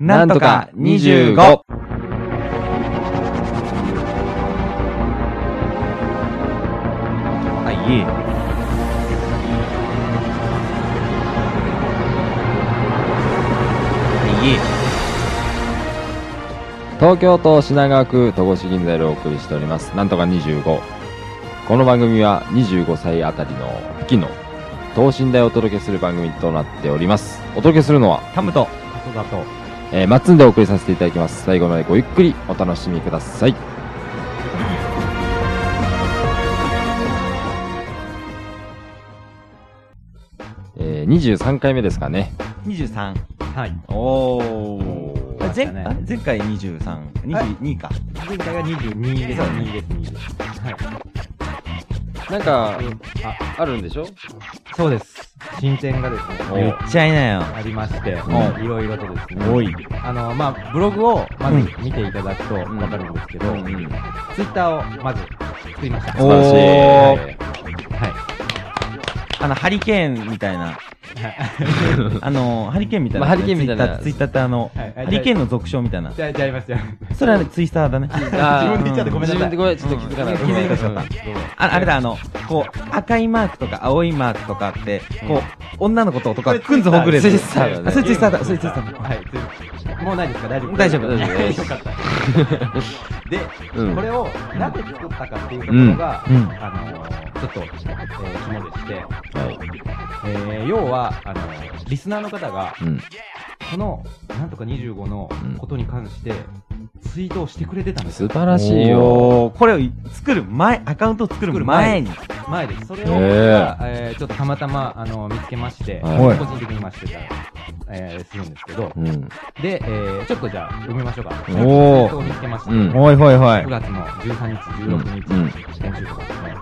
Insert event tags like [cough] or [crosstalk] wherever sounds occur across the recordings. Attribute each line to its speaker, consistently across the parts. Speaker 1: なんとか25。はい。
Speaker 2: 東京都品川区戸越銀座でお送りしておりますなんとか25この番組は25歳あたりの付近の等身大をお届けする番組となっておりますお届けするのは、
Speaker 1: タムと、細田と。
Speaker 2: えー、マッツンでお送りさせていただきます最後までごゆっくりお楽しみくださいえー、23回目ですかね
Speaker 1: 23。
Speaker 3: はい。
Speaker 1: お
Speaker 2: お
Speaker 1: ー。
Speaker 3: ー
Speaker 1: 前回前回23。22か。
Speaker 3: 前回が22です。
Speaker 1: そう
Speaker 3: 2です。2です。はい。
Speaker 2: なんかああるんでしょ
Speaker 3: そうです。進展がです
Speaker 1: 言
Speaker 3: ね、
Speaker 1: っちゃいなよ。
Speaker 3: ありまして、
Speaker 2: う
Speaker 3: いろいろとです
Speaker 1: お
Speaker 3: ね、
Speaker 1: い。
Speaker 3: あの、まあ、ブログをまず見ていただくとわかるんですけど、ツイッターをまず作りました。
Speaker 1: お
Speaker 2: 素晴らしい
Speaker 3: はい。
Speaker 1: あの、ハリケーンみたいな。 [laughs] あの、ハリケーンみたいな。
Speaker 2: まあハリケーンみたいな
Speaker 1: ツイッターツイッターってあの、
Speaker 3: はい
Speaker 1: ハリケーンの俗称みたいな。
Speaker 3: じゃあ、じゃあやりますよ。
Speaker 1: それはねツイスターだね。 [laughs]
Speaker 2: あー
Speaker 3: 自分で言っちゃってごめんなさい
Speaker 2: 自分でごめん、ちょっと気づかなかった。
Speaker 1: うん気づいてしまったああれだ、あの、こう、赤いマークとか青いマークとかあって、こう、女の子と男がくんずほぐれてる。
Speaker 2: ツイスターだね
Speaker 1: あそれツイスターだ、それツイスターだ。
Speaker 3: はい。もうないですか大丈夫
Speaker 1: 大丈夫大丈
Speaker 2: 夫
Speaker 3: よかった。で、
Speaker 2: うん
Speaker 3: これをなぜ作ったかっていうところが、
Speaker 1: うんうん
Speaker 3: あのーちょっと、えー、肝でして、
Speaker 2: はい。
Speaker 3: えー要は、あのーリスナーの方が、
Speaker 2: うん。
Speaker 3: この、なんとか25のことに関して、ツイートをしてくれてたんです
Speaker 2: 素
Speaker 3: よ。
Speaker 2: 晴らしいよ。
Speaker 1: おー。これを作る前、アカウントを作る前に。
Speaker 3: 前です。それを、
Speaker 2: へー
Speaker 3: えーちょっとたまたま、あのー見つけまして、
Speaker 2: はい
Speaker 3: 個人的にましてたら、えーするんですけど、
Speaker 2: うん。
Speaker 3: で、えーちょっとじゃあ、読みましょうか。
Speaker 2: おー
Speaker 3: ツイートを見つけまして、
Speaker 2: うん
Speaker 1: いほいほ
Speaker 3: 9。月の13日、16日、先週とかですね、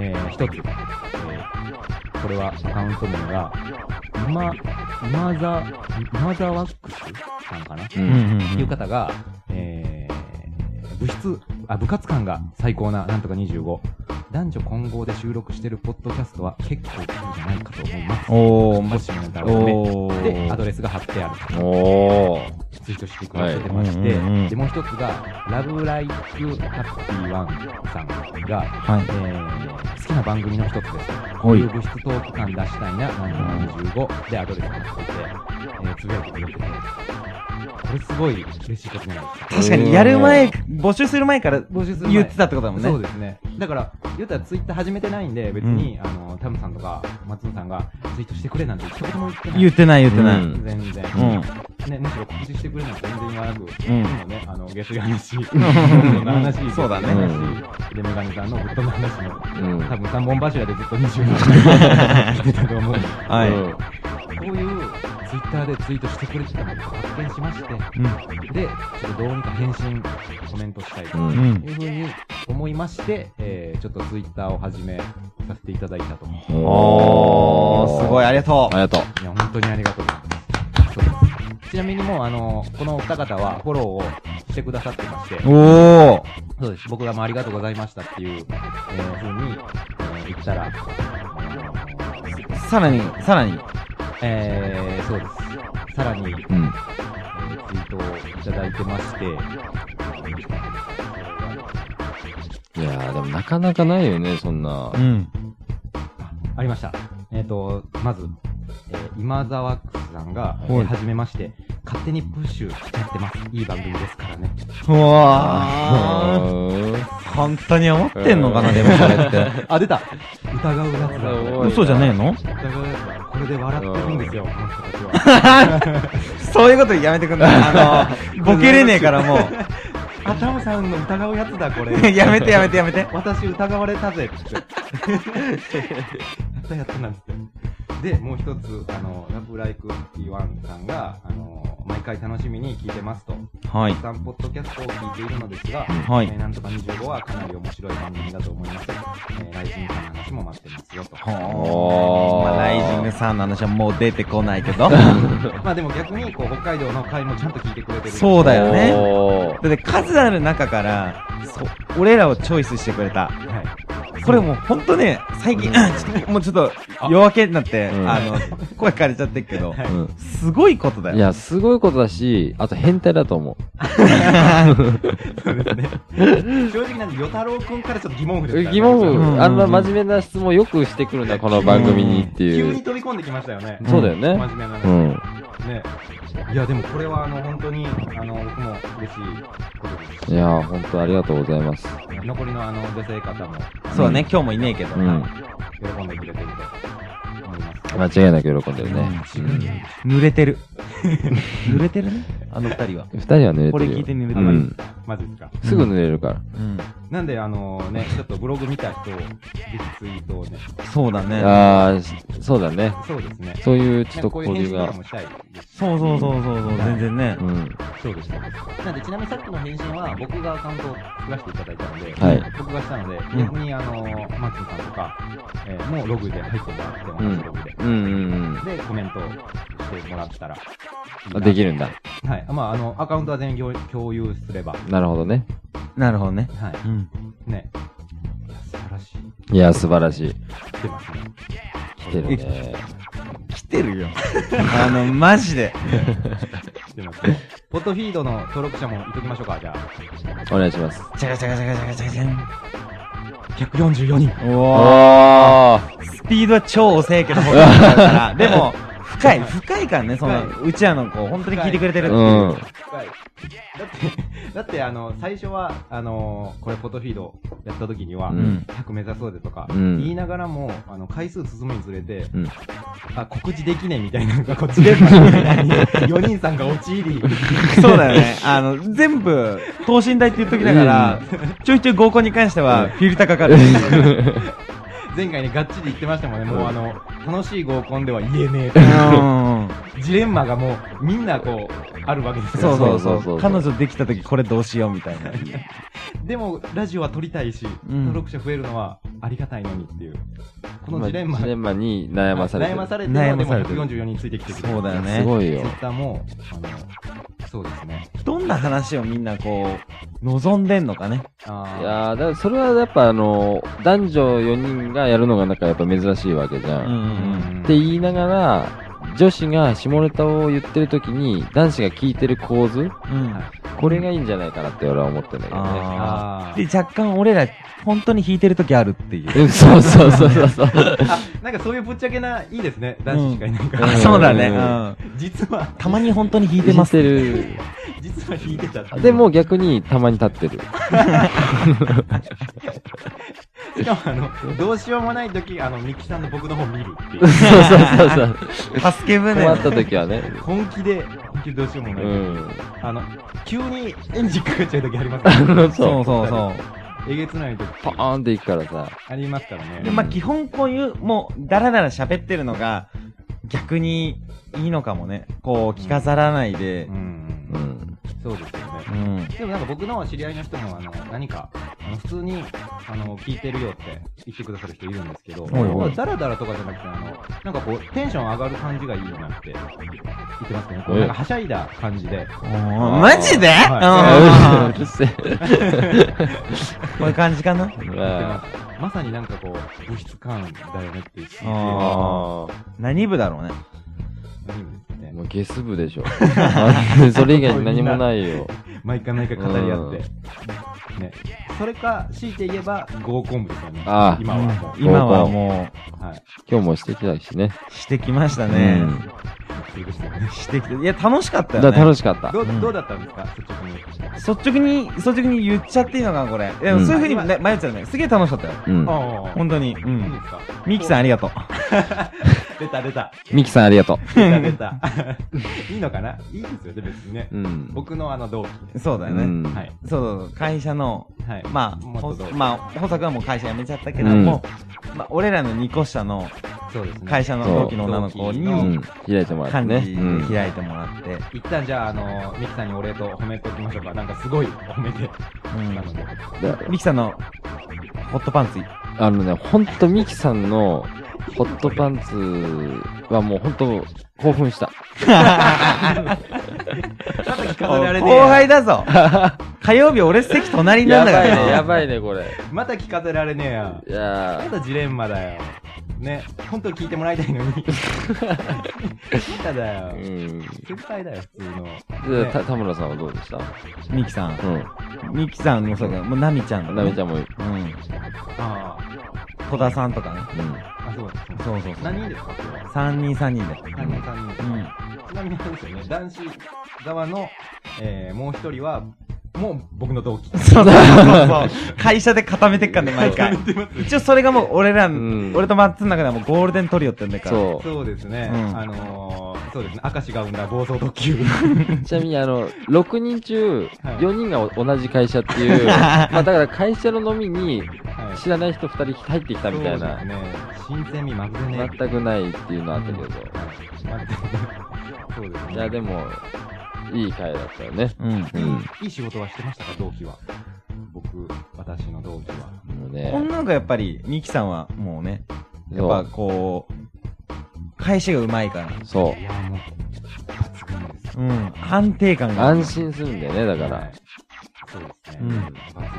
Speaker 3: えー、一つ、えー、これはアカウント名が、今、今ザ、今ザワックスさんかな、
Speaker 2: う。
Speaker 1: うんん
Speaker 3: っていう方が、えー、部室、あ、部活感が最高な、なんとか25。男女混合で収録してるポッドキャストは結構いいんじゃないかと思います。
Speaker 1: おー、
Speaker 3: も
Speaker 1: ま
Speaker 3: しもだろうね。
Speaker 1: おー。
Speaker 3: で、アドレスが貼ってある。
Speaker 2: おー。
Speaker 3: ツイートしてくださってまして、
Speaker 1: はいうんうんうん
Speaker 3: で、もう一つが、ラブライクハッピーワンさんが、
Speaker 1: はい
Speaker 3: え。ー好きな番組の一つです。こ
Speaker 2: ほ
Speaker 3: う
Speaker 2: い。
Speaker 3: いう物質トーク感出したいな、なんとか25でアドレスを貼っていて、えーつぶやいてくれてて、これすごい嬉しいことなんですよ。
Speaker 1: 確かに、やる前、募集する前から
Speaker 3: 募集する前
Speaker 1: [laughs] 言ってたってことだもんね。
Speaker 3: そうですね。だから、言ったらツイッター始めてないんで、別に、あの、タムさんとか、松野さんが、ツイートしてくれなんて一言も言ってない。
Speaker 1: 言ってない言ってないう
Speaker 2: ん
Speaker 3: 全然。
Speaker 1: うん。
Speaker 3: ね、むしろ告知してくれなんて全然言わなく、
Speaker 1: うん
Speaker 3: 今ね、あの、下水話、そんな
Speaker 1: [laughs]
Speaker 3: 話、
Speaker 1: そうだね
Speaker 3: 下水の話で、メガネさんのぶっ飛んだ話も、
Speaker 2: うん
Speaker 3: 多分三本柱でずっと20年来てたと思うんですけど
Speaker 1: はい。
Speaker 2: うん
Speaker 3: こういうツイッターでツイートしてくれてたのを発見しまして、
Speaker 1: う
Speaker 3: で、ちょっとどうにか返信、コメントしたいと
Speaker 2: う。
Speaker 1: うんん。
Speaker 3: いうふうに思いまして、えー、ちょっとツイッターを始めさせていただいたと。い
Speaker 1: おー、すごい、
Speaker 2: あ
Speaker 1: ありがとう。
Speaker 2: りがとう。
Speaker 3: や、本当にありがとうございます。そうですちなみにもう、あの、このお二方はフォローをしてくださってまして、
Speaker 1: おー。
Speaker 3: そうです。僕がもうありがとうございましたっていう、えー、ふうに、えー言ったら、あの
Speaker 1: さらに、さらに。
Speaker 3: えー、そうです。さらに、え
Speaker 2: うん。
Speaker 3: ーツイートをいただいてまして、
Speaker 2: いやー、でもなかなかないよね、そんな。
Speaker 1: ん。
Speaker 3: ありました。えっ、と、まず、えー今沢くさんが、え
Speaker 1: はい
Speaker 3: ーはじめまして、勝手にプッシュしちゃってます。いい番組ですからね。
Speaker 1: うわ
Speaker 2: う
Speaker 1: ー。本当に思ってんのかな、でもそれ
Speaker 3: [laughs]
Speaker 1: って。
Speaker 3: あ、出た疑うやつだ。
Speaker 2: ーん
Speaker 1: 嘘じゃねえの
Speaker 3: 疑うやつだ。これで笑ってるんですよ、この人たちは。
Speaker 1: そういうことやめてくん [laughs] な。あの、ボケれねえからも [laughs] う。
Speaker 3: あ、タムさんの疑うやつだ、これ。
Speaker 1: やめてやめてやめて。
Speaker 3: 私疑われたぜ、って。やったやったなんつって。で、もう一つ、あの、ラブライク51さんが、あの、毎回楽しみに聞いてますと。
Speaker 1: はい
Speaker 3: たく。さんポッドキャストを聞いているのですが、
Speaker 1: はい
Speaker 3: えーなんとか25はかなり面白い番組だと思います。えー、ライジンさんの話も待ってますよと。
Speaker 1: ほー。まあ、ライジングさんの話はもう出てこない [laughs] けど。
Speaker 3: まあでも逆に、こう、北海道の会もちゃんと聞いてくれてる。
Speaker 1: そうだよね
Speaker 2: ね。
Speaker 1: だって数ある中から、そ俺らをチョイスしてくれた。
Speaker 3: はい。
Speaker 1: これもうほんとね、最近、ちょっともうちょっと夜明けになって、
Speaker 2: うん
Speaker 1: あの、声かれちゃってるけど、
Speaker 3: はい
Speaker 2: うん
Speaker 1: すごいことだ
Speaker 2: い
Speaker 1: よ。
Speaker 2: や、すごいことだし、あと変態だと思う。
Speaker 3: そうですね。正直なんで、与太郎くんからちょっと疑問符ですからね
Speaker 2: 疑問
Speaker 1: うんうんうん
Speaker 2: 符、あんな真面目な質問よくしてくるんだ、この番組にって
Speaker 3: 急
Speaker 2: い
Speaker 3: に
Speaker 2: う。
Speaker 3: 飛び込んできましたよね。
Speaker 2: そうだよね。
Speaker 3: 真面目な
Speaker 2: う
Speaker 3: 話。
Speaker 2: ん。
Speaker 3: ね。いや、でもこれは、あの、本当に、あの、僕も嬉しいことです。
Speaker 2: いやー、ほんとありがとうございます。
Speaker 3: 残りのあの女性方も
Speaker 1: そうだね、今日もいねえけど。
Speaker 2: うん。
Speaker 3: 喜んでくれてると思います。
Speaker 2: 間違いなく喜んでるね。
Speaker 1: 濡れてる。 [laughs] 濡れてるね、あの二人は。
Speaker 2: 二人は濡れてるよ。
Speaker 1: これ聞いて濡れて
Speaker 2: う
Speaker 1: る
Speaker 2: ん。
Speaker 3: マジですか。
Speaker 2: すぐ濡れるから。
Speaker 1: うん。
Speaker 3: なんで、あのね、ちょっとブログ見た人、ぜひツイートをね。
Speaker 1: そうだね。
Speaker 2: ああ、そうだね。
Speaker 3: そうですね。
Speaker 2: そういうちょっ
Speaker 3: なん
Speaker 2: と
Speaker 3: かこういう
Speaker 2: 交
Speaker 3: 返
Speaker 2: 流
Speaker 3: 信とか
Speaker 2: が。
Speaker 3: もしたいです。
Speaker 1: そうそうそうそうそう、全然ね
Speaker 2: う。ん。
Speaker 3: そうでした。なんで、ちなみにさっきの返信は、僕がアカウントを作らせていただいたので、
Speaker 2: はい
Speaker 3: 僕がしたので、
Speaker 1: ん
Speaker 3: 逆に、あのマッチンさんとか、えーもうログで入ってもらって、
Speaker 2: う
Speaker 3: 同じロ
Speaker 2: ん
Speaker 3: グで。。
Speaker 2: うんうん
Speaker 3: で、コメントしてもらったらいい
Speaker 2: うん。
Speaker 3: な。
Speaker 2: できるんだ。
Speaker 3: はい。まあ、あの、アカウントは全員共共有すれば。
Speaker 2: なるほどね。
Speaker 1: なるほどね。
Speaker 3: は
Speaker 1: うん。
Speaker 3: い。ね。いや素晴らしい。
Speaker 2: いや、素晴らしい。
Speaker 3: 来てますね。
Speaker 2: 来てるね。
Speaker 1: 来てるよ。あの、マジで。
Speaker 3: 来てますね。ポッドフィードの登録者も言っときましょうか、じゃ
Speaker 2: お願いします。
Speaker 1: チャカチャカチャカチャカチャカチャン。
Speaker 3: あ。144人。
Speaker 1: うわ
Speaker 2: おー
Speaker 1: ースピードは超遅いけど、ほんとにだから。でも、深い、深いからね、その、うちらの子、本当に聞いてくれてるっていうう。
Speaker 2: ん。
Speaker 3: はい。だって、だ [laughs] って、あの、最初は、あのこれ、ポッドフィードやった時には、
Speaker 2: うん
Speaker 3: 100目指そうでとか、
Speaker 2: うん
Speaker 3: 言いながらも、あの、回数進むにつれて、
Speaker 2: うん
Speaker 3: あ、告知できねえみたいなのが、こっちで、4人さんが陥り、
Speaker 1: そうだよね。あの、全部、等身大って言っときながら、ちょいちょい合コンに関しては、フィルターかかる。
Speaker 3: 前回ね、がっちり言ってましたもんね、もう、あの、楽しい合コンでは言えね
Speaker 1: うん。
Speaker 3: え。ジレンマがもう、みんなこう、あるわけです
Speaker 1: そ
Speaker 3: よ
Speaker 1: うそう
Speaker 2: そうそう
Speaker 1: そ。
Speaker 2: そうう
Speaker 1: 彼女できた時これどうしようみたいな。
Speaker 3: でも、ラジオは撮りたいし、
Speaker 1: うん
Speaker 3: 登録者増えるのはありがたいのにっていう。このジレンマ。
Speaker 2: ジレンマに悩まされて
Speaker 3: 悩
Speaker 2: る
Speaker 3: ま。されて
Speaker 1: 悩ま
Speaker 3: るの
Speaker 1: され
Speaker 3: で
Speaker 1: てる
Speaker 3: も144人ついてきてくれる。
Speaker 1: そうだよね
Speaker 2: すごい
Speaker 3: ツイ
Speaker 2: よ。
Speaker 3: ッターも、あの、そうですね。
Speaker 1: どんな話をみんなこう、望んでんのかね。
Speaker 3: あ
Speaker 2: い
Speaker 3: ー
Speaker 2: やーだからそれはやっぱあの男女4人がやるのがなんかやっぱ珍しいわけじゃ
Speaker 1: うん
Speaker 2: ん。
Speaker 1: う
Speaker 3: うん
Speaker 2: って言いながら女子が下ネタを言ってる時に男子が聞いてる構図
Speaker 1: うん。
Speaker 2: これがいいんじゃないかなって俺は思ってんだけどね。
Speaker 1: あ
Speaker 3: あ
Speaker 1: ー
Speaker 3: ー
Speaker 1: で、若干俺ら、本当に弾いてる時あるっていう。
Speaker 2: うんそうそうそうそうそう。
Speaker 3: あ、なんかそういうぶっちゃけな、いいですね。男子しかいないから。
Speaker 1: あ、 [laughs] そうだね。
Speaker 2: う
Speaker 1: うんん。
Speaker 3: 実は、
Speaker 1: たまに本当に弾いて
Speaker 2: 聞
Speaker 1: ま
Speaker 2: い
Speaker 1: す。
Speaker 2: てる。
Speaker 3: 実は引いてたっていう
Speaker 2: で、も逆にたまに立ってる。
Speaker 3: しかもあの、どうしようもない時、あの、ミキさんの僕の方見るっていう。
Speaker 2: そうそうそうそう。
Speaker 1: 助け舟
Speaker 2: 困った時はね。
Speaker 3: 本気で、本気でどうしようも
Speaker 2: う
Speaker 3: ない。
Speaker 2: ん。
Speaker 3: あの、急にエンジンかかっちゃう時ありますから
Speaker 2: [laughs]
Speaker 3: ね
Speaker 2: そ
Speaker 1: そう
Speaker 2: う。
Speaker 1: そうそう。
Speaker 3: えげつない時
Speaker 2: パーンっていくからさ。
Speaker 3: ありますからね。
Speaker 1: で、まあ、基本こういう、もう、だらだら喋ってるのが、逆にいいのかもね。こう、着飾らないで
Speaker 3: う。ん
Speaker 2: う、ん。
Speaker 3: そうですよね
Speaker 1: う。ん。
Speaker 3: でもなんか僕の知り合いの人も、あの、何か、あの普通に、あの、聞いてるよって言ってくださる人いるんですけど、
Speaker 1: いはい
Speaker 3: 僕はダラダラとかじゃなくて、あの、なんかこう、テンション上がる感じがいいなって言ってますけどね、こう
Speaker 2: え
Speaker 3: なんかはしゃいだ感じで、
Speaker 1: おーマジで、
Speaker 2: [laughs]
Speaker 3: は
Speaker 2: うるせえ。
Speaker 1: うん。こういう感じかな。
Speaker 2: あ
Speaker 3: まさになんかこう、物質感だよねっていう。
Speaker 1: あ
Speaker 2: あ。
Speaker 1: 何部だろうね。
Speaker 3: 何もですね
Speaker 2: もうゲス部でしょ。それ以外に何もないよ。
Speaker 3: 毎回毎回語り合って。ね。それか、強いて言えば、合コン部ですよね。
Speaker 2: ああ
Speaker 3: 今はもう。
Speaker 1: 今はも
Speaker 3: はい。
Speaker 2: 今日もしてきたしね。
Speaker 1: う、してきましたね。
Speaker 2: うん
Speaker 3: そうですよね。
Speaker 1: してきて。いや、楽しかった
Speaker 2: だ
Speaker 1: よ、ね。
Speaker 2: から楽しかった。
Speaker 3: ど
Speaker 1: うん
Speaker 3: う、どうだったんですか率直に。
Speaker 1: 率直に、率直に言っちゃっていいのかな、これ。いや、
Speaker 2: うん
Speaker 1: そういうふうにね迷っちゃうね。すげえ楽しかったよ。
Speaker 2: うん。
Speaker 3: ああ
Speaker 1: 本当に。う
Speaker 3: いいんで
Speaker 1: ん。
Speaker 3: すか
Speaker 1: ミキさんありがとう。
Speaker 3: 出た出た。
Speaker 2: ミキさんありがと
Speaker 3: 出た
Speaker 1: [laughs]
Speaker 3: 出た。いいのかないいですよね、別にね
Speaker 2: う。。うん。
Speaker 3: 僕のあの同期です。
Speaker 1: そうだよね。
Speaker 2: うん
Speaker 3: はい。
Speaker 1: そうそうそう。会社の、
Speaker 3: はい。
Speaker 1: まあ、
Speaker 3: もっ
Speaker 1: ほ
Speaker 3: と同期
Speaker 1: まあ、保坂はもう会社辞めちゃったけど
Speaker 2: うん
Speaker 1: も、まあ、俺らの2個下の
Speaker 3: そうですね。
Speaker 1: 会社の
Speaker 2: そう
Speaker 1: 同期の女の子
Speaker 3: 同
Speaker 2: う
Speaker 3: 期
Speaker 1: に、
Speaker 2: ん。開いてもらって
Speaker 1: 感
Speaker 2: ね。
Speaker 1: じ
Speaker 2: うん
Speaker 1: 開いてもらって、
Speaker 3: 一旦じゃあ、あの、ミキさんにお礼と褒めておきましょうか。なんかすごい褒めて
Speaker 1: うん
Speaker 3: なので。
Speaker 2: だ
Speaker 1: ミキさんの、ホットパンツい、
Speaker 2: あのね、ほんとミキさんのホットパンツはもうほんと興奮した。
Speaker 3: まだ聞か
Speaker 1: お
Speaker 3: され
Speaker 1: い
Speaker 3: られて。
Speaker 2: [laughs]
Speaker 1: 後輩だぞ火曜日俺席隣な
Speaker 2: や
Speaker 1: んだか
Speaker 2: ばい
Speaker 1: ら
Speaker 2: ね、や
Speaker 1: な。
Speaker 2: ばいね、これ。
Speaker 3: また聞かせられねえや。
Speaker 2: いや
Speaker 3: ま
Speaker 2: ー
Speaker 3: だジレンマだよ。ね、本当に聞いてもらいたいのに。まだだ
Speaker 2: う
Speaker 3: よ。
Speaker 2: ん。
Speaker 3: 心配だよ、普通の。
Speaker 2: で、た田村さんはどうでした
Speaker 1: ミキさん。
Speaker 2: う
Speaker 1: ミキさんもそうだけど、もうナミちゃんと
Speaker 2: ん。
Speaker 1: か
Speaker 2: な
Speaker 1: ね
Speaker 2: みちゃんも、うん。
Speaker 1: うん。
Speaker 3: あ
Speaker 1: 戸田さんとかね。
Speaker 3: あ、あ、そうです。
Speaker 1: そうそうそう。
Speaker 3: 何人ですか
Speaker 1: 三人三人で。
Speaker 3: 何人、三人。
Speaker 1: うん。
Speaker 3: ちなみにあれですよね、男子側の、えー、もう一人は、もう僕の同期。
Speaker 1: そうそうそう。会社で固めてっからね、毎
Speaker 2: [laughs]
Speaker 1: 回。一応それがもう俺ら、
Speaker 2: ん
Speaker 1: 俺とマッツンの中ではもうゴールデントリオってんだから。
Speaker 2: そ
Speaker 3: そうですね、
Speaker 1: うん
Speaker 3: あのー、そうですね、明石が生んだ暴走特急。
Speaker 2: う。ちなみに、あの、6人中、
Speaker 3: はい
Speaker 2: 4人が同じ会社って
Speaker 1: [laughs]
Speaker 2: いう、まあだから会社の飲みに
Speaker 3: はい
Speaker 2: 知らない人2人入ってきたみたい
Speaker 3: そうで
Speaker 2: な
Speaker 3: す、ね、新鮮味まるでね。
Speaker 2: 全くないっていうのあったけど、
Speaker 3: はいそうですね。
Speaker 2: いや、でも、いい会だったよね。
Speaker 1: うん。
Speaker 2: うん。
Speaker 3: いい仕事はしてましたか、同期は。僕、私の同期は。
Speaker 1: こ
Speaker 2: もう
Speaker 1: ん
Speaker 2: ね、
Speaker 1: なのがやっぱり、ミキさんはもうね、やっ
Speaker 2: そ
Speaker 1: ぱ
Speaker 2: う
Speaker 1: こう、返しがうまいから。
Speaker 2: そ
Speaker 3: いや、もう、抜群です。
Speaker 1: うん。安定感
Speaker 2: う。
Speaker 1: がある。
Speaker 2: 安心するんだよね、だから。。
Speaker 3: そうですね。
Speaker 1: うん
Speaker 3: 抜群ですね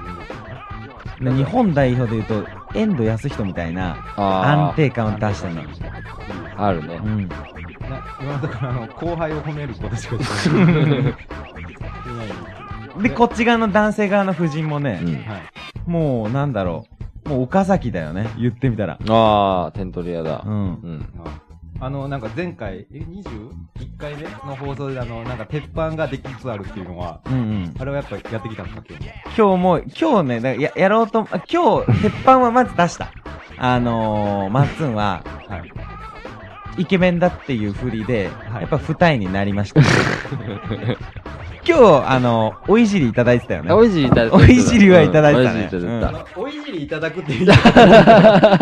Speaker 1: で日本代表で言うと、遠藤康人みたいな安
Speaker 2: あ
Speaker 1: 定感を出してるの。
Speaker 2: あ、あるね
Speaker 1: う。ん。
Speaker 3: な今のところあの後輩を褒めることしかしてない。
Speaker 1: で、こっち側の男性側の夫人もね、
Speaker 2: うん。
Speaker 3: [laughs] はい。
Speaker 1: もう、なんだろう。もう、岡崎だよね。言ってみたら。
Speaker 2: ああ、点取り屋だ
Speaker 1: う。ん。
Speaker 2: うん。
Speaker 3: あの、なんか前回、え、21回目の放送であの、なんか鉄板ができつつあるっていうのは、
Speaker 1: うんうん。
Speaker 3: あれはやっぱやってきたんですか、
Speaker 1: 今日
Speaker 3: 今日も。
Speaker 1: も、今日ね、だや、やろうと、あ今日、鉄板はまず出した。あのー、マッツンは、
Speaker 3: はい。
Speaker 1: イケメンだっていうふりで、
Speaker 3: はい
Speaker 1: やっぱ二重になりました。 [laughs] 今日、あのー、おいじりいただいてたよね。
Speaker 2: おいじりいただいた。
Speaker 1: おいじりはいただいてたね
Speaker 2: うんおいじりいただいた。
Speaker 3: おいじりいただくっていう。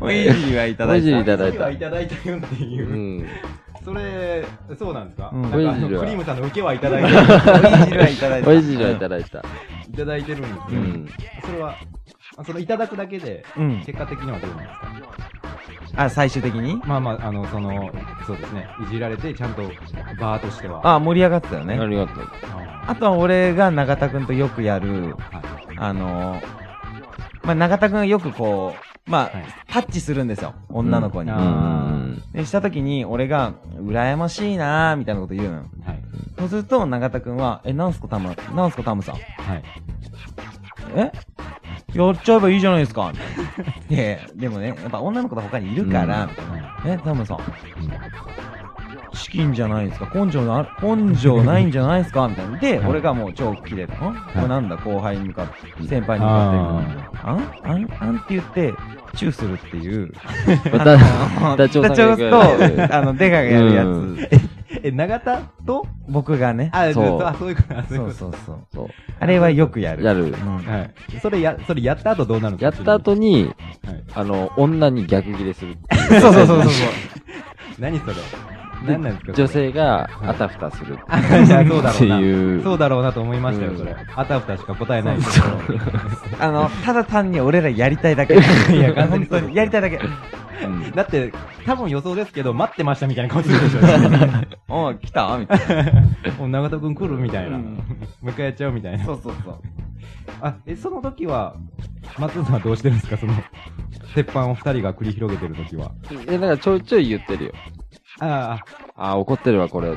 Speaker 1: おいじりはいただいて
Speaker 2: おいじりい
Speaker 1: た。
Speaker 2: ただいた
Speaker 3: はいただいたよって
Speaker 2: う
Speaker 3: いう。
Speaker 2: ん。
Speaker 3: それ、そうなんですか、
Speaker 1: うん
Speaker 3: なんかあ
Speaker 2: おいじり
Speaker 3: の
Speaker 2: は
Speaker 3: クリームさんの受けはいただいて
Speaker 1: おいじりはいただいてた。
Speaker 2: おいじりはいただいた。
Speaker 3: る、いただいてるんです
Speaker 2: う
Speaker 3: けど、
Speaker 2: ん。
Speaker 3: それは、あそのいただくだけで、
Speaker 1: うん。
Speaker 3: 結果的にはどうなんですか
Speaker 1: あ、最終的に
Speaker 3: まあまあ、あの、その、そうですね、いじられて、ちゃんとバーとしては。あ
Speaker 1: あ、盛り上がってたよ
Speaker 2: あ
Speaker 1: ね。
Speaker 2: りがとう。
Speaker 3: あ
Speaker 1: あとは俺が永田くんとよくやる、
Speaker 3: はい
Speaker 1: あのー、まあ、永田くんよくこう、まあ、
Speaker 3: はい
Speaker 1: タッチするんですよ、女の子に。
Speaker 3: う
Speaker 2: うんん。
Speaker 1: で、した時に、俺が、羨ましいなーみたいなこと言うのよ。
Speaker 3: はい。
Speaker 1: そうすると、永田くんは、え、なんすかタム、なんすかタムさん。
Speaker 3: はい。
Speaker 1: えやっちゃえばいいじゃないです
Speaker 2: [laughs]
Speaker 1: か。で、でもね、やっぱ女の子が他にいるから、え、タムさん。チキンじゃないですか根性な、根性ないんじゃないですかみたいな。で、
Speaker 3: はい
Speaker 1: 俺がもう超キレたの。これなんだ後輩に向かって、先輩に向かって。
Speaker 3: あ
Speaker 1: あんあんあんって言って、チューするっていう。
Speaker 2: ま
Speaker 1: あ
Speaker 2: た、
Speaker 1: の
Speaker 2: [laughs] ダチョウさんがよくや
Speaker 1: ダチ
Speaker 2: る
Speaker 1: ョウと、あの、デカがやるやつ。
Speaker 2: うん
Speaker 3: ーえ、永田と
Speaker 1: 僕がね。
Speaker 3: あ、
Speaker 2: そう
Speaker 3: そうあそういうこと、あそうい
Speaker 1: そうう
Speaker 3: こと。
Speaker 1: そうそう。
Speaker 2: そう。
Speaker 1: あれはよくやる。
Speaker 2: やる
Speaker 1: う。ん
Speaker 3: はい。それや、それやった後どうなるんで
Speaker 2: や
Speaker 3: す
Speaker 2: っ
Speaker 3: か
Speaker 2: た後に、
Speaker 3: はい
Speaker 2: あの、女に逆ギレする。
Speaker 1: そうそうそうそうそう。
Speaker 3: 何それ何なんですか
Speaker 2: 女性が
Speaker 3: はい
Speaker 2: あたふたする
Speaker 3: あ [laughs] いやそうだ
Speaker 2: って
Speaker 3: ろうな。
Speaker 2: いう。
Speaker 3: そうだろうなと思いましたよ、
Speaker 2: うん
Speaker 3: それ。あたふたしか答えないです
Speaker 1: あの、ただ単に俺らやりたいだけ。い
Speaker 3: や完全
Speaker 1: 本
Speaker 3: にそう
Speaker 1: 当に。やりたいだけ。
Speaker 2: うん
Speaker 3: だって、多分予想ですけど、待ってましたみたいな顔するでし
Speaker 2: [laughs]
Speaker 3: ょ。
Speaker 1: おう、来たみたい
Speaker 3: もう長田くん来るみたいな。
Speaker 1: うん
Speaker 3: もう一回やっちゃうみたい
Speaker 1: な。
Speaker 3: な。
Speaker 1: そうそうそう。
Speaker 3: あ、え、その時は、松尾さんはどうしてるんですかその、鉄板を二人が繰り広げてる時は。
Speaker 2: いや、なんかちょいちょい言ってるよ。
Speaker 3: あ
Speaker 2: あー、怒ってるわ、これ。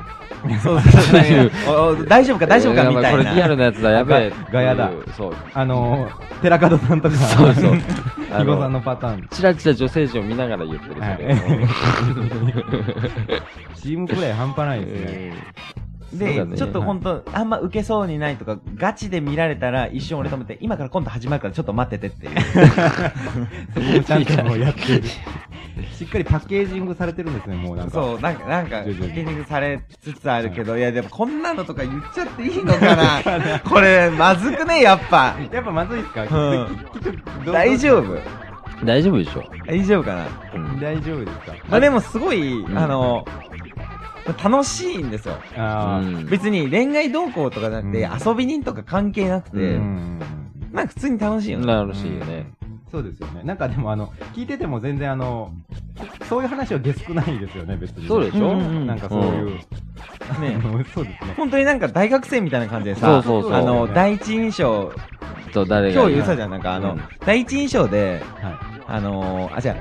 Speaker 1: そうそうそう。おお大丈夫か大丈夫かみたい
Speaker 2: これリ
Speaker 1: な。
Speaker 2: アルなやつだ、やべえ。
Speaker 3: ガヤだ
Speaker 2: そう。
Speaker 3: あ、あのー、寺門さんとか、
Speaker 2: そうそう。
Speaker 3: [laughs] 肥後さんのパターン。
Speaker 2: チラチラ女性陣を見ながら言ってる、それ。
Speaker 3: チームプレイ半端ないですね。
Speaker 2: そうだ
Speaker 1: で、
Speaker 2: ね
Speaker 1: ちょっと本当あんま受けそうにないとか、ガチで見られたら一瞬俺止めて、今から今度始まるからちょっと待っててっていう。
Speaker 3: そこもちゃんともうやってる。しっかりパッケージングされてるんですね、もうなんか。
Speaker 1: そう、なんか、なんか、
Speaker 3: 徐
Speaker 1: リ
Speaker 3: 々に
Speaker 1: リングされつつあるけど、いやでもこんなのとか言っちゃっていいのかなこれ、まずくねやっぱ。
Speaker 3: やっぱまずいっすか、
Speaker 1: うん
Speaker 3: きっときっとどう
Speaker 1: 大丈夫
Speaker 2: うん大丈夫でしょ。
Speaker 1: 大丈夫かな
Speaker 2: うん
Speaker 3: 大丈夫ですか
Speaker 1: まあでもすごい、
Speaker 2: ん
Speaker 1: あの、楽しいんですよ。
Speaker 3: あー
Speaker 2: うん
Speaker 1: 別に恋愛動向とかじゃなくて、
Speaker 3: うん
Speaker 1: 遊び人とか関係なくて、
Speaker 2: う
Speaker 3: うん
Speaker 1: まあ普通に楽しいよね。
Speaker 2: 楽しいよね。
Speaker 3: そうですよね。なんかでもあの、聞いてても全然あの、そういう話はゲスくないですよね、別に。
Speaker 2: そうでしょ
Speaker 1: うんうんうん
Speaker 3: なんかそういう、
Speaker 1: ね
Speaker 3: そうですね。
Speaker 1: 本当になんか大学生みたいな感じでさ、
Speaker 2: そうそうそう
Speaker 1: あの、第一印象、
Speaker 2: と誰が
Speaker 1: 今日言うさじゃん、なんかあの、
Speaker 2: うん
Speaker 1: 第一印象で、
Speaker 3: は
Speaker 1: あのー、あ、じゃ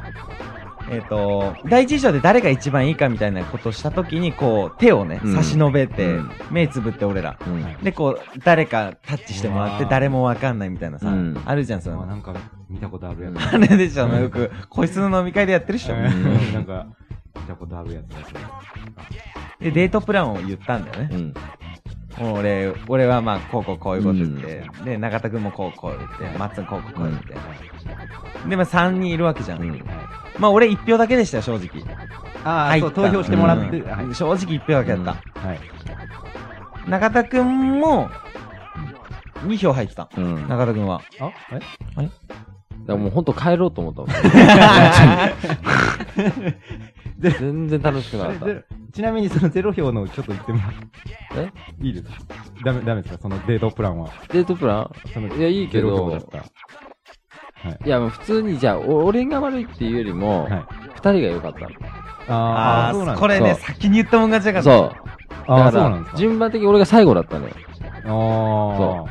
Speaker 1: えっ、と、第一印象で誰が一番いいかみたいなことしたときに、こう、手をね、
Speaker 2: うん
Speaker 1: 差し伸べて、
Speaker 2: うん
Speaker 1: 目つぶって俺ら。
Speaker 2: うん
Speaker 1: で、こう、誰かタッチしてもらって、
Speaker 3: うわー
Speaker 1: 誰もわかんないみたいなさ、
Speaker 2: うん
Speaker 1: あるじゃん、そ
Speaker 3: あ、な
Speaker 1: の。
Speaker 3: んか見たことあるやつ。
Speaker 1: あれでしょ、よく、個室の飲み会でやってるっしょ。
Speaker 2: ん
Speaker 3: [laughs] なんか、見たことあるやつだそ
Speaker 1: で、
Speaker 3: れ
Speaker 1: デートプランを言ったんだよね。
Speaker 2: うん
Speaker 1: もう俺、俺はまあ、こうこうこういうこと言って、で、中田くんもこうこう言って、松こうこうこう言って。で、まあ3人いるわけじゃん。
Speaker 2: うん
Speaker 1: まあ俺1票だけでしたよ、正直。
Speaker 3: あ
Speaker 1: 入
Speaker 3: あ、
Speaker 1: っ
Speaker 3: そう、
Speaker 1: た
Speaker 3: 投票してもらって、
Speaker 1: うん
Speaker 3: はい
Speaker 1: 正直1票だけだった。
Speaker 3: はい。
Speaker 1: 中田くんも、2票入ってた。
Speaker 2: うんだか
Speaker 1: 中田くんは。
Speaker 3: あえ
Speaker 2: らもうほんと帰ろうと思ったもん全然楽しくなかっ
Speaker 3: あ
Speaker 2: た
Speaker 3: れゼロちなみにそのゼロ票のちょっと言ってもら
Speaker 2: え
Speaker 3: っていいですかダメ、ダメですかそのデートプランは。
Speaker 2: デートプラ
Speaker 3: その
Speaker 2: ンいやいいけ
Speaker 3: ゼロ票
Speaker 2: ど
Speaker 3: だった。
Speaker 2: いやもう普通にじゃあお俺が悪いっていうよりも
Speaker 3: はい
Speaker 2: 二人が良かった
Speaker 3: あーあ
Speaker 1: ー
Speaker 3: そうなんです
Speaker 1: これね、
Speaker 2: そう
Speaker 1: 先に言ったもん勝ちだから。
Speaker 2: そう
Speaker 3: あ
Speaker 2: だか
Speaker 3: あ、そうなんで
Speaker 2: ら
Speaker 3: すか
Speaker 2: 順番的に俺が最後だったのよ
Speaker 3: ああ。そう。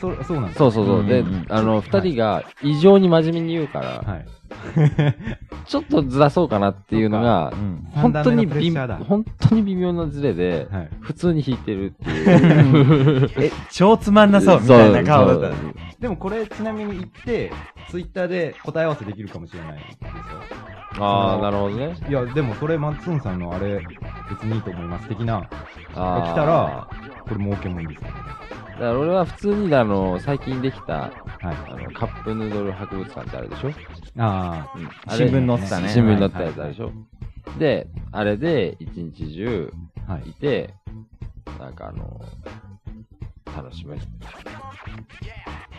Speaker 3: そうなんですか
Speaker 2: そうそうそうで
Speaker 1: うんうんうん
Speaker 2: あの二人が異常に真面目に言うから
Speaker 3: はい。
Speaker 2: ちょっとずらそうかなっていうのが
Speaker 1: うん。
Speaker 2: 本当に
Speaker 3: 三段目のプレッ
Speaker 2: 微
Speaker 3: シャーだ
Speaker 2: 本当に微妙なズレで
Speaker 3: はい。
Speaker 2: 普通に弾いてるっていう。
Speaker 1: え、超つまんな [laughs] そう、みたいな顔だった。
Speaker 2: そう
Speaker 3: でもこれちなみに言って、ツイッターで答え合わせできるかもしれないですよ。
Speaker 2: ああ、なるほどね。
Speaker 3: いや、でもそれ、マッツンさんのあれ、別にいいと思います的な、
Speaker 2: あー
Speaker 3: 来たら、これ儲けもんですよね。
Speaker 2: だから俺は普通に、あの、最近できた、
Speaker 3: はい。
Speaker 2: あの、カップヌードル博物館ってあれでしょ、
Speaker 3: あ
Speaker 2: うんあ
Speaker 1: 新
Speaker 2: れ
Speaker 1: 聞載ってたね。
Speaker 2: 新聞
Speaker 1: はい
Speaker 2: 載ったやつあるでしょ、で、あれで一日中
Speaker 3: あ、はい
Speaker 2: い。て、なんかあの、楽しめ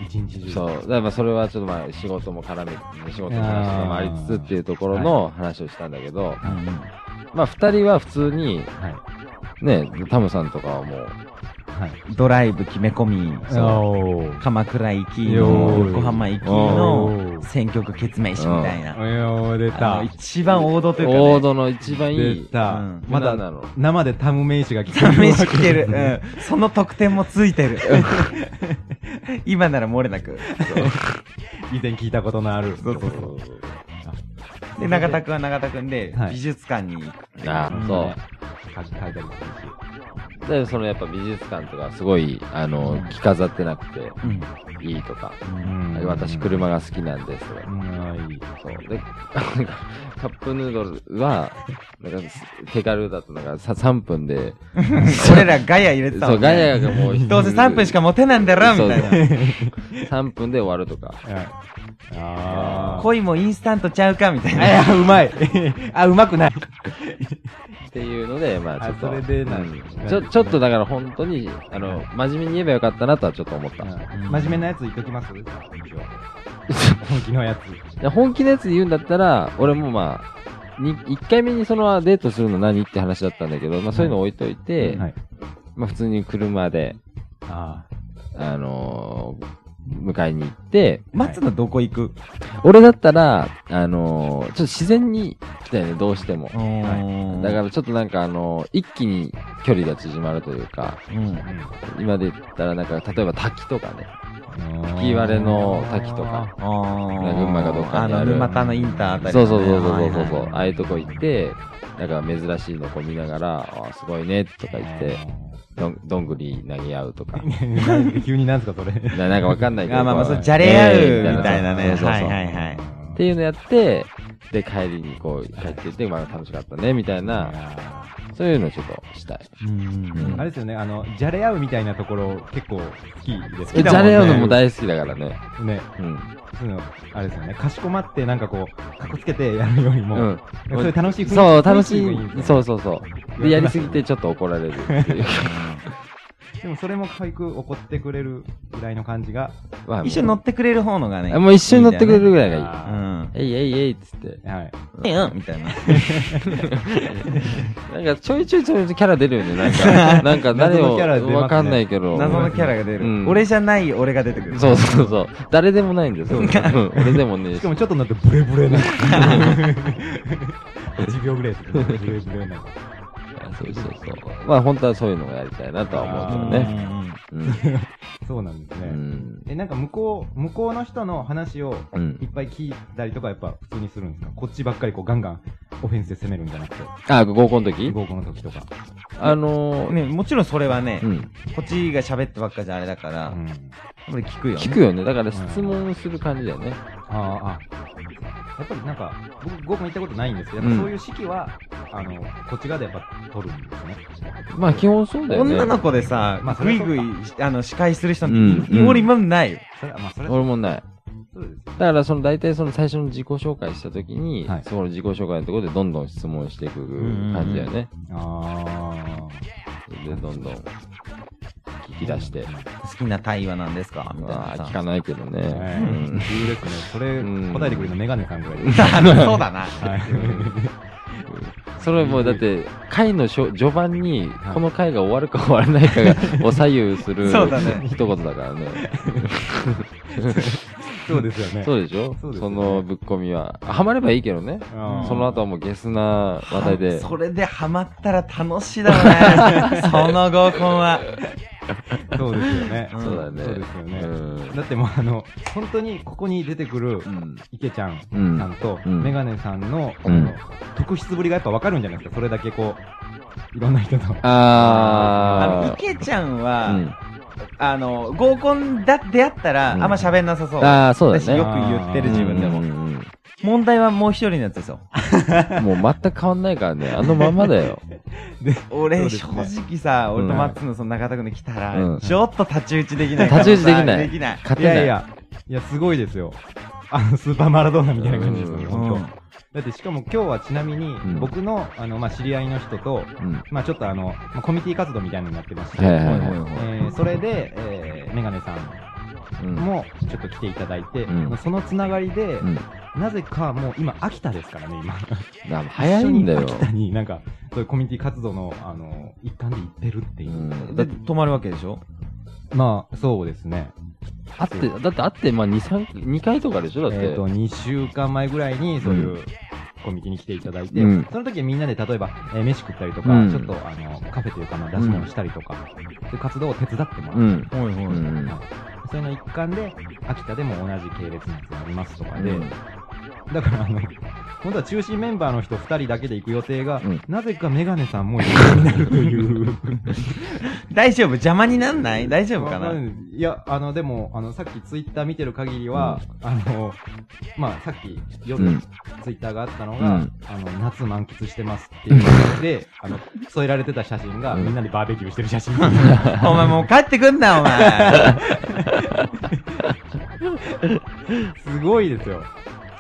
Speaker 3: 一日中。
Speaker 2: そう。だからまあそれはちょっとまあ仕事も絡め、仕事の話もありつつっていうところの話をしたんだけど、
Speaker 1: うんうん
Speaker 2: まあ二人は普通に、
Speaker 3: はい。
Speaker 2: ね、タムさんとかはもう、
Speaker 3: はい。
Speaker 1: ドライブ決め込み、
Speaker 3: おー。
Speaker 1: 鎌倉行き
Speaker 3: よ
Speaker 1: の、
Speaker 3: ーい
Speaker 1: 横浜行き
Speaker 3: お
Speaker 1: の
Speaker 3: ー
Speaker 1: 選曲決めしみたいな。
Speaker 3: おー、出
Speaker 1: あ
Speaker 3: た
Speaker 1: の。一番王道というか、ね。
Speaker 2: 王道の一番い
Speaker 3: 出
Speaker 2: い。
Speaker 3: た。
Speaker 1: うん
Speaker 3: ま
Speaker 2: な
Speaker 3: だ、
Speaker 2: んの。
Speaker 3: 生でタム名詞が聞
Speaker 1: ダメしきて
Speaker 3: け
Speaker 1: る。うん。その得点もついてる。 [laughs] 今なら漏れなく。
Speaker 3: 以前聞いたことのある。そうそうそう。
Speaker 1: で、永田くんは永田くんで
Speaker 3: は、い
Speaker 1: 美術館に行く。
Speaker 2: ああ、そ
Speaker 3: 書いたりするし。
Speaker 2: う。で、そのやっぱ美術館とかすごい、あの、着飾ってなくて
Speaker 1: うん。
Speaker 2: いいとか、
Speaker 3: うん
Speaker 2: 私車が好きなんですとか
Speaker 3: う。ん、いい。
Speaker 2: そう。で、なんか [laughs] カップヌードルは、なんか手軽だったのがさ3分で、
Speaker 1: 俺らガヤ入れてた
Speaker 2: そ
Speaker 1: も
Speaker 2: う、
Speaker 1: ん
Speaker 2: ガ
Speaker 1: ね
Speaker 2: ヤがもう、
Speaker 1: どうせ3分しか持てないんだろ、みたいな。
Speaker 2: 3分で終わるとか。
Speaker 3: はい。あ
Speaker 1: [laughs] 恋もインスタントちゃうか、みたいな。
Speaker 3: あ。あ、うまい。 [laughs] あ、うまくない。
Speaker 2: っていうので、まあちょっと。
Speaker 3: あそれでなん
Speaker 2: うんちょ、ちょっとだから本当に、あの、真面目に言えばよかったなとはちょっと思った。
Speaker 3: 真面目なやつ言っときます本気のやつ。
Speaker 2: で本気のやつで言うんだったら、俺もまあ、に1回目にそのデートするの何って話だったんだけど、まあそういうの置いといて、
Speaker 3: はい。
Speaker 2: まあ普通に車で、
Speaker 3: あ
Speaker 2: あのー迎えに行って、
Speaker 1: 松のどこ行く
Speaker 2: 俺だったら、あのーちょっと自然に来たよね、どうしても。
Speaker 1: うん
Speaker 2: だからちょっとなんかあのー一気に距離が縮まるというか、
Speaker 1: うん
Speaker 3: あ。
Speaker 2: 今で言ったらなんか、例えば滝とかね、
Speaker 3: うん。
Speaker 2: 吹き割れの滝とか。
Speaker 1: あー
Speaker 2: 群馬かどっかにある
Speaker 1: あの、沼田のインターあたりの
Speaker 2: そう
Speaker 1: ね。
Speaker 2: そうそうそうそうそう、
Speaker 1: はい
Speaker 2: あ
Speaker 1: は
Speaker 2: あいうとこ行って、なんか珍しいのこう見ながら、あーすごいね、とか言って、どんどんぐり投げ合うとか。
Speaker 3: うん。急になんすか、それ。
Speaker 2: ななんかわかんな
Speaker 1: い
Speaker 2: いけど。
Speaker 1: あまあまあ、そう、
Speaker 2: こ
Speaker 1: じゃれ合
Speaker 2: えー
Speaker 1: うみたいなね。
Speaker 2: そうそう
Speaker 1: は
Speaker 2: そ
Speaker 1: いうはいはい。
Speaker 2: っていうのやって、で、帰りにこう、帰ってって、まあ楽しかったね、みたいな、そういうのちょっとしたい。
Speaker 1: うん
Speaker 3: あれですよね、あの、じゃれ合うみたいなところ、結構好きです
Speaker 2: じ
Speaker 1: だ
Speaker 2: ゃ
Speaker 1: もんね
Speaker 2: れ合うのも大好きだからね。
Speaker 3: ね、
Speaker 2: うん。
Speaker 3: その、あれですよね、かしこまって、なんかこう、かっこつけてやるよりも、
Speaker 2: うん。
Speaker 3: そういう楽しい雰囲気
Speaker 2: そう、楽し
Speaker 3: 雰囲気がいいです
Speaker 2: い。
Speaker 3: ね
Speaker 2: そうそうそう。で、やりすぎてちょっと怒られるっていう。
Speaker 3: でもそれも可愛く怒ってくれるぐらいの感じが、
Speaker 2: まあ
Speaker 1: 一緒に乗ってくれる方のがね。
Speaker 2: あもう一緒に乗ってくれるぐらいが
Speaker 1: う
Speaker 3: あ
Speaker 1: ん。
Speaker 2: いい。えいえいえいっつって。
Speaker 3: はい。
Speaker 1: ええよみた
Speaker 2: [laughs]
Speaker 1: いな。
Speaker 2: なんかちょいちょいちょいちょいキャラ出るよね。なんか、なんか誰
Speaker 3: 謎
Speaker 2: を、
Speaker 3: のキャラ出ますね
Speaker 2: わかんないけど。
Speaker 1: 謎のキャラが出る、
Speaker 2: うん
Speaker 1: 俺じゃない俺が出てくる
Speaker 2: そうそうそう。誰でもないんですよ。うん俺でもねえ
Speaker 3: し
Speaker 2: し
Speaker 3: か。もちょっとなってブレブレな。8秒ぐらいですね。ブレブレな。
Speaker 2: そうそうそう。まあ本当はそういうのがやりたいなとは思うけどね。うん
Speaker 3: そうなんです
Speaker 2: う
Speaker 3: ね。
Speaker 2: ん。
Speaker 3: え、なんか向こう、向こうの人の話を
Speaker 2: うん
Speaker 3: いっぱい聞いたりとか、やっぱ普通にするんですかこっちばっかりこうガンガンオフェンスで攻めるんじゃなくて、
Speaker 2: あ、合コンの時
Speaker 3: 合コンの時とか。
Speaker 2: あのー、
Speaker 1: ね、もちろんそれはね、
Speaker 2: うん。
Speaker 1: こっちが喋ってばっかじゃあれだから、やっ
Speaker 3: ん。
Speaker 1: ぱり聞くよね。
Speaker 2: 聞くよね。だから質問する感じだよね。
Speaker 3: あーあ。やっぱりなんか、僕、合コン行ったことないんですけど、やっぱそういう指揮は、あの、こっち側でやっぱ取るんですね。
Speaker 2: まあ基本そうだよね。
Speaker 1: 女の子でさ、
Speaker 3: まあそ
Speaker 1: ぐ
Speaker 3: れ
Speaker 1: い
Speaker 3: はそう
Speaker 1: ぐい、あの、司会する人
Speaker 2: う
Speaker 1: なん
Speaker 2: ん
Speaker 1: て、俺今までないよ。
Speaker 3: それは、まあ、それは
Speaker 2: 俺もない。
Speaker 3: そうですよ。
Speaker 2: だからその大体その最初の自己紹介した時に、
Speaker 3: はい
Speaker 2: その自己紹介のところでどんどん質問していく感じだよね。
Speaker 3: あ
Speaker 2: で、どんどん聞き出して。
Speaker 1: 好きな対話なんですかみたい
Speaker 2: まあ
Speaker 1: な
Speaker 2: 聞
Speaker 1: さ
Speaker 2: か。ないけどね。
Speaker 3: あ。
Speaker 2: うん
Speaker 3: ね急ですね。それ
Speaker 2: うん、
Speaker 3: 答えてくれるのメガネさんぐらい
Speaker 2: [laughs]
Speaker 3: です。
Speaker 1: [laughs] そうだな。
Speaker 3: はい。
Speaker 2: それもうだって、回のしょ序盤に、この回が終わるか終わらないかがを左右する
Speaker 1: そうだね
Speaker 2: 一言だからね。
Speaker 3: そうですよね。
Speaker 2: そうでしょ
Speaker 3: そうです
Speaker 2: そ
Speaker 3: よね
Speaker 2: のぶっ込みは。ハマればいいけどね。
Speaker 3: あー
Speaker 2: その後はもうゲスな話題で。
Speaker 1: それでハマったら楽しいだろう
Speaker 2: [laughs]
Speaker 1: ね。その合コンは。
Speaker 3: そうですよね。
Speaker 1: うん
Speaker 2: [laughs] そうだね。
Speaker 3: そうですよね
Speaker 2: うん
Speaker 3: だってもうあの、本当にここに出てくる
Speaker 2: うん。
Speaker 3: 池ちゃん
Speaker 2: う
Speaker 3: さ
Speaker 2: ん。
Speaker 3: んと、
Speaker 2: うん
Speaker 3: メガネさんの、
Speaker 2: うん
Speaker 3: 特筆ぶりがやっぱ分かるんじゃないですか。それだけこう、いろんな人と。
Speaker 1: あの、
Speaker 2: あー。
Speaker 1: 池ちゃんは、
Speaker 2: うん
Speaker 1: あの、合コンだ、出会ったら、
Speaker 2: うん
Speaker 1: あんま喋んなさそう。
Speaker 2: あー、そうだ
Speaker 1: 私よ
Speaker 2: ね。
Speaker 1: く言ってる自分でも。
Speaker 2: うんうんうん
Speaker 1: 問題はもう一人のやつですよ。
Speaker 2: うんもう全く変わんないからね。あのまんまだよ。
Speaker 1: 俺、
Speaker 3: そうです
Speaker 1: 正
Speaker 3: ね
Speaker 1: 直さ、
Speaker 2: うん
Speaker 1: 俺とマッツンのその中田君で来たら、
Speaker 2: うん
Speaker 1: ちょっと太刀打ちできない
Speaker 2: 太刀打ちできない
Speaker 1: できない。
Speaker 2: 勝
Speaker 3: い
Speaker 2: てな
Speaker 3: や
Speaker 2: い。
Speaker 3: いや、いや、すごいですよ。あの、スーパーマラドーナみたいな感じですよね、
Speaker 2: うん
Speaker 3: 本当
Speaker 1: うん
Speaker 3: だってしかも今日はちなみに
Speaker 2: ん、
Speaker 3: 僕の、あの、まあ、知り合いの人と、
Speaker 2: うん。
Speaker 3: まあ、ちょっとあの、まあコミュニティ活動みたいなのやってまして、
Speaker 2: はいはい
Speaker 1: はいはい
Speaker 2: は
Speaker 1: はい
Speaker 3: えーそれで、えーメガネさん
Speaker 2: い。うん。
Speaker 3: もちょっと来ていただいて、
Speaker 2: うん
Speaker 3: そのつながりで、
Speaker 2: うん
Speaker 3: なぜかもう今、秋田ですからね、今。
Speaker 2: だから早いんだよ
Speaker 3: 一緒。に秋田になんか、そういうコミュニティ活動の、あの、一環で行ってるっていうう。
Speaker 2: ん。だ
Speaker 1: で、
Speaker 2: って、
Speaker 1: 止まるわけでしょ
Speaker 3: まあ、そうですね。
Speaker 2: あって、だってあって、まあ、2、三二回とかでしょだっ。
Speaker 3: えってと、2週間前ぐらいに、そういうコミュニティに来ていただいて、
Speaker 2: うん
Speaker 3: その時はみんなで、例えば、えー飯食ったりとか、
Speaker 2: うん
Speaker 3: ちょっと、あの、カフェというか、まあ、出し物したりとか、そういう活動を手伝ってもらう。
Speaker 2: うん。
Speaker 1: はいはい。
Speaker 2: うん
Speaker 3: そういうの一環で、秋田でも同じ系列のやつがありますとかで、
Speaker 2: うん
Speaker 3: だからあの、本当は中心メンバーの人2人だけで行く予定が、
Speaker 2: うん
Speaker 3: なぜかメガネさんも一緒になるという。
Speaker 1: 大丈夫邪魔になんない大丈夫か
Speaker 3: わ
Speaker 1: な
Speaker 3: かんないいや、あの、でも、あの、さっきツイッター見てる限りは、あの、まあ、さっき夜、
Speaker 2: うん
Speaker 3: ツイッターがあったのが、
Speaker 2: うん
Speaker 3: あの、夏満喫してますっていうの
Speaker 2: [laughs]
Speaker 3: で、あの、添えられてた写真が、
Speaker 2: うん
Speaker 3: みんなでバーベキューしてる写
Speaker 2: [laughs]
Speaker 3: 真。
Speaker 1: お前もう帰ってくんな、お前。
Speaker 3: すごいですよ。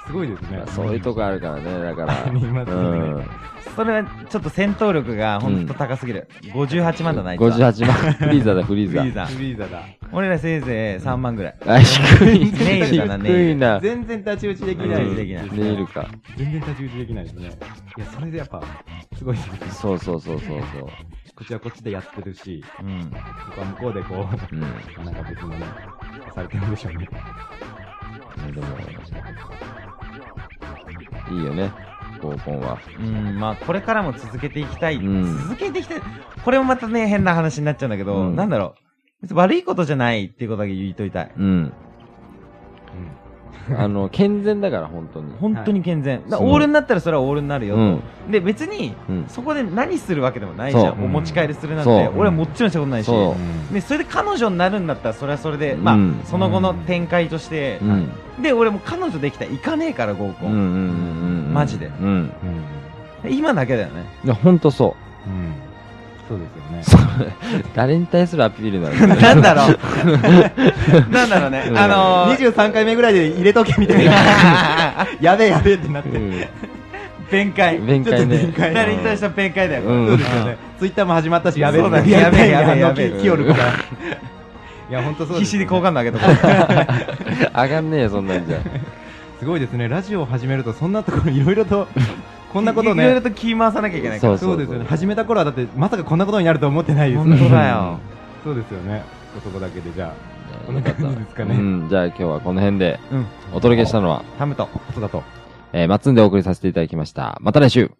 Speaker 3: すごいですね
Speaker 2: まあ。そういうとこあるからね、だか
Speaker 3: あ
Speaker 2: ら。
Speaker 3: りますよね
Speaker 2: うん
Speaker 1: それはちょっと戦闘力がほんと高すぎる。58万だな、あいつは
Speaker 2: 58万。フリーザだ、フリーザ。
Speaker 1: フリーザ
Speaker 3: フリーザだ。
Speaker 1: 俺らせいぜい3万ぐらい。
Speaker 2: あ、低い。
Speaker 1: ネイルだなネ
Speaker 2: 低
Speaker 1: イ
Speaker 2: い
Speaker 1: ル
Speaker 2: な。
Speaker 3: 全然太刀打ちできない
Speaker 1: うんできない
Speaker 2: ネイルか。
Speaker 3: 全然太刀打ちできないですね。いや、それでやっぱ、すごいですね。
Speaker 2: そうそうそうそうそう。
Speaker 3: こっちはこっちでやってるし、
Speaker 1: うん。
Speaker 3: 向こうは向こうでこう、
Speaker 2: うん。
Speaker 3: まあなんか別のね、されてるんでしょうね。
Speaker 2: でも、いいよね、合コンは。
Speaker 1: うん、まあこれからも続けていきたい。
Speaker 2: うん
Speaker 1: 続けていきたい。これもまたね、変な話になっちゃうんだけど、
Speaker 2: うん
Speaker 1: なんだろう。別に悪いことじゃないっていうことだけ言いといたい。
Speaker 2: うん。あの、健全だから、本当に。
Speaker 1: 本当に健全。だ
Speaker 2: そう
Speaker 1: オールになったらそれはオールになる
Speaker 2: う
Speaker 1: よ。
Speaker 2: ん。
Speaker 1: で、別に、
Speaker 2: うん。
Speaker 1: そこで何するわけでもないじゃ。
Speaker 2: そうん
Speaker 1: もう持ち帰りするなんて、
Speaker 2: そう
Speaker 1: 俺はもちろんしたことないし。
Speaker 2: そ
Speaker 1: でそれで彼女になるんだったらそれはそれで、まあ
Speaker 2: うん
Speaker 1: その後の展開として
Speaker 2: う、ん。
Speaker 1: で俺も彼女できたら行かねえから合コ
Speaker 2: うんうん
Speaker 1: ン、
Speaker 2: うんうんうん。
Speaker 1: マジで
Speaker 2: うん。
Speaker 3: うん。うん。
Speaker 1: 今だけだよ
Speaker 2: [laughs]
Speaker 1: ね
Speaker 2: いや、本当そ
Speaker 3: うん。そうですよね。
Speaker 2: う。そう。誰に対するアピールなの
Speaker 1: なんだろう
Speaker 2: [laughs]
Speaker 1: なんだろうね、
Speaker 2: うん
Speaker 1: あのー、
Speaker 3: 23回目ぐらいで入れとけみたいな。やべえやべえってなって。
Speaker 2: う
Speaker 1: 弁解
Speaker 2: ん。弁解ね。
Speaker 1: 誰に対してても弁解だよ、
Speaker 2: うん
Speaker 3: そうですよね。ツイッターも始まったし、やべえ
Speaker 1: そうだね
Speaker 3: リアルタイム
Speaker 1: やべえやべえ
Speaker 3: あ
Speaker 1: やべ
Speaker 3: の
Speaker 1: え
Speaker 3: きよるから。いや、ほんとそう
Speaker 1: 必
Speaker 3: です
Speaker 1: 死
Speaker 3: よ
Speaker 1: で
Speaker 3: ね。
Speaker 1: 好感度上げとこ [laughs] う
Speaker 2: 上がんねえよ、そんなんじゃ。
Speaker 3: すごいですね。ラジオを始めると、そんなところいろいろと、こんなこと
Speaker 1: いろいろ
Speaker 3: ね。
Speaker 1: と気回さなきゃいけないから
Speaker 2: そ
Speaker 3: そ
Speaker 2: そうそ
Speaker 3: うう
Speaker 2: う
Speaker 3: ですよね。始めた頃はだって、まさかこんなことになると思ってないです
Speaker 1: 本当だよ。
Speaker 3: そうですよね。男だけでじゃあ、こん
Speaker 2: よ
Speaker 3: な
Speaker 2: かった
Speaker 3: 感じですか
Speaker 2: う
Speaker 3: ね。
Speaker 2: ん。じゃあ今日はこの辺で
Speaker 1: うん
Speaker 2: お届けしたのは、
Speaker 1: ハムと
Speaker 3: ことだと。
Speaker 2: えー、マッツンでお送りさせていただきました。また来週